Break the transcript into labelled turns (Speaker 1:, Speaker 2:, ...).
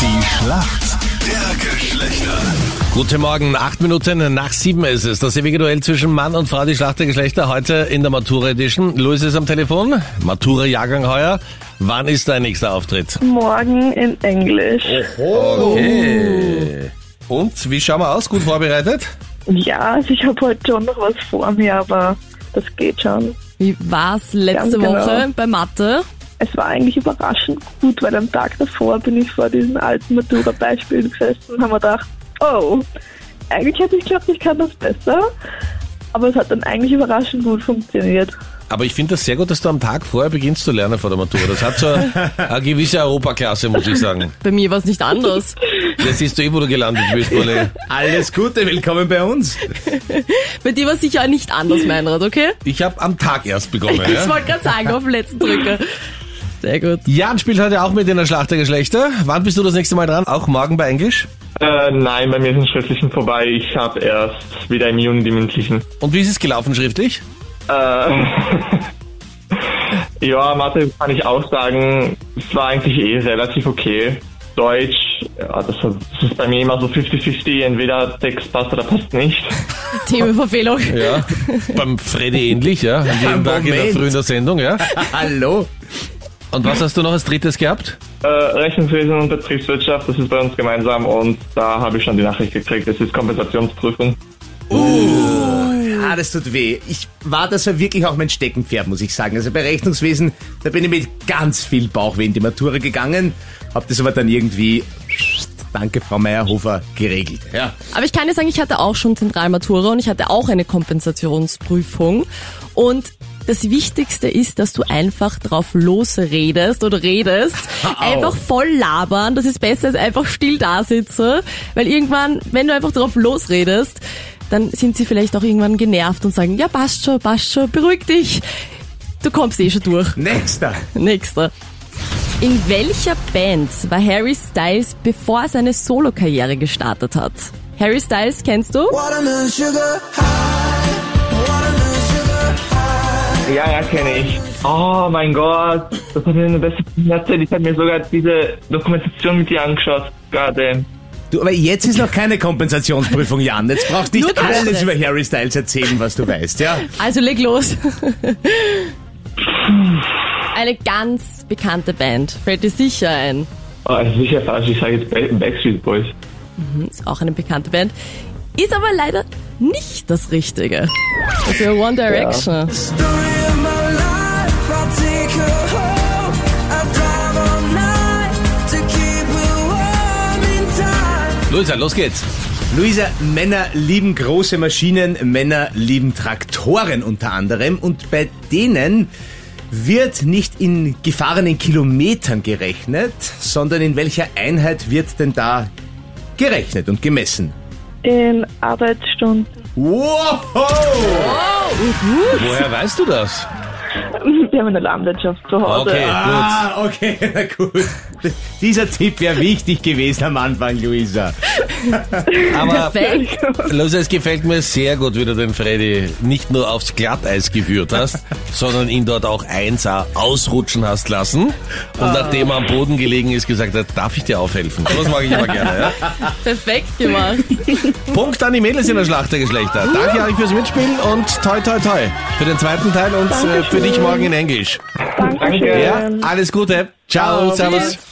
Speaker 1: Die Schlacht der Geschlechter.
Speaker 2: Guten Morgen, acht Minuten nach sieben ist es. Das ewige Duell zwischen Mann und Frau, die Schlacht der Geschlechter, heute in der Matura Edition. Luis ist am Telefon, Matura Jahrgang heuer. Wann ist dein nächster Auftritt?
Speaker 3: Morgen in Englisch.
Speaker 2: Okay. Oh. Und, wie schauen wir aus? Gut vorbereitet?
Speaker 3: Ja, also ich habe heute schon noch was vor mir, aber das geht schon.
Speaker 4: Wie war's letzte
Speaker 3: Ganz genau.
Speaker 4: Woche bei Mathe?
Speaker 3: Es war eigentlich überraschend gut, weil am Tag davor bin ich vor diesen alten Matura-Beispielen gesessen und habe mir gedacht, oh, eigentlich hätte ich gedacht, ich kann das besser. Aber es hat dann eigentlich überraschend gut funktioniert.
Speaker 2: Aber ich finde das sehr gut, dass du am Tag vorher beginnst zu lernen vor der Matura. Das hat so eine, eine gewisse Europaklasse, muss ich sagen.
Speaker 4: Bei mir war es nicht anders.
Speaker 2: Jetzt siehst du eh, wo du gelandet bist, Pauline.
Speaker 5: Alles Gute, willkommen bei uns.
Speaker 4: Bei dir war es sicher nicht anders, Meinrad, okay?
Speaker 2: Ich habe am Tag erst begonnen.
Speaker 4: Ich
Speaker 2: Ja?
Speaker 4: wollte gerade sagen, auf den letzten Drücker. Sehr gut.
Speaker 2: Jan spielt heute auch mit in der Schlacht der Geschlechter. Wann bist du das nächste Mal dran? Auch morgen bei Englisch?
Speaker 6: Äh, nein, bei mir sind Schriftlichen vorbei. Ich habe erst wieder im Juni die mündlichen.
Speaker 2: Und wie ist es gelaufen schriftlich?
Speaker 6: Äh, ja, Mathe kann ich auch sagen, es war eigentlich eh relativ okay. Deutsch, ja, das, das ist bei mir immer so 50-50, entweder Text passt oder passt nicht.
Speaker 4: Themenverfehlung.
Speaker 2: Ja. Beim Freddy ähnlich, ja. An jedem Tag in der
Speaker 5: Moment.
Speaker 2: frühen der Sendung, ja.
Speaker 5: Hallo.
Speaker 2: Und was hast du noch als drittes gehabt?
Speaker 6: Äh, Rechnungswesen und Betriebswirtschaft, das ist bei uns gemeinsam und da habe ich schon die Nachricht gekriegt, das ist Kompensationsprüfung.
Speaker 5: Ah, das tut weh. Ich war das war wirklich auch mein Steckenpferd, muss ich sagen. Also bei Rechnungswesen, da bin ich mit ganz viel Bauchweh in die Matura gegangen, hab das aber dann irgendwie, danke Frau Meierhofer, geregelt. Ja.
Speaker 4: Aber ich kann dir sagen, ich hatte auch schon Zentralmatura und ich hatte auch eine Kompensationsprüfung. Und das Wichtigste ist, dass du einfach drauf losredest oder redest.
Speaker 5: Au.
Speaker 4: Einfach voll labern. Das ist besser als einfach still da sitze. Weil irgendwann, wenn du einfach drauf losredest, dann sind sie vielleicht auch irgendwann genervt und sagen, ja, passt schon, passt schon, beruhig dich. Du kommst eh schon durch.
Speaker 5: Nächster.
Speaker 4: Nächster. In welcher Band war Harry Styles, bevor er seine Solokarriere gestartet hat? Harry Styles kennst du?
Speaker 7: Watermelon sugar high. Watermelon sugar high.
Speaker 6: Ja, ja, kenne ich. Oh mein Gott, das war eine beste Zeit. Ich habe mir sogar diese Dokumentation mit dir angeschaut, gerade.
Speaker 5: Du, aber jetzt ist noch keine Kompensationsprüfung, Jan. Jetzt brauchst du
Speaker 4: Nur
Speaker 5: nicht
Speaker 4: kein Stress.
Speaker 5: alles über Harry Styles erzählen, was du weißt, ja?
Speaker 4: Also leg los. Eine ganz bekannte Band. Fällt dir sicher ein.
Speaker 6: Oh, also sicher falsch, ich sage jetzt Back- Backstreet Boys.
Speaker 4: Ist auch eine bekannte Band. Ist aber leider nicht das Richtige. Das wäre One Direction.
Speaker 7: Story of my life. I'll take her home. I'll drive all night to keep her warm in time.
Speaker 2: Luisa, los geht's.
Speaker 5: Luisa, Männer lieben große Maschinen, Männer lieben Traktoren unter anderem und bei denen wird nicht in gefahrenen Kilometern gerechnet, sondern in welcher Einheit wird denn da gerechnet und gemessen?
Speaker 3: In Arbeitsstunden.
Speaker 5: Wow!
Speaker 2: Woher weißt du das?
Speaker 3: Wir haben eine Landwirtschaft zu Hause.
Speaker 2: Okay, gut.
Speaker 5: Ah, okay, na gut. Dieser Tipp wäre wichtig gewesen am Anfang, Luisa.
Speaker 2: Aber
Speaker 4: Perfekt.
Speaker 2: Luisa, es gefällt mir sehr gut, wie du den Freddy nicht nur aufs Glatteis geführt hast, sondern ihn dort auch einsah ausrutschen hast lassen. Und nachdem er am Boden gelegen ist, gesagt hat, darf ich dir aufhelfen? Das mag ich immer gerne, ja?
Speaker 4: Perfekt gemacht.
Speaker 2: Punkt an die Mädels in der Schlacht der Geschlechter. Danke euch fürs Mitspielen und toi toi toi für den zweiten Teil und äh, für dich morgen in Englisch.
Speaker 3: Dankeschön.
Speaker 2: Ja, alles Gute. Ciao, servus.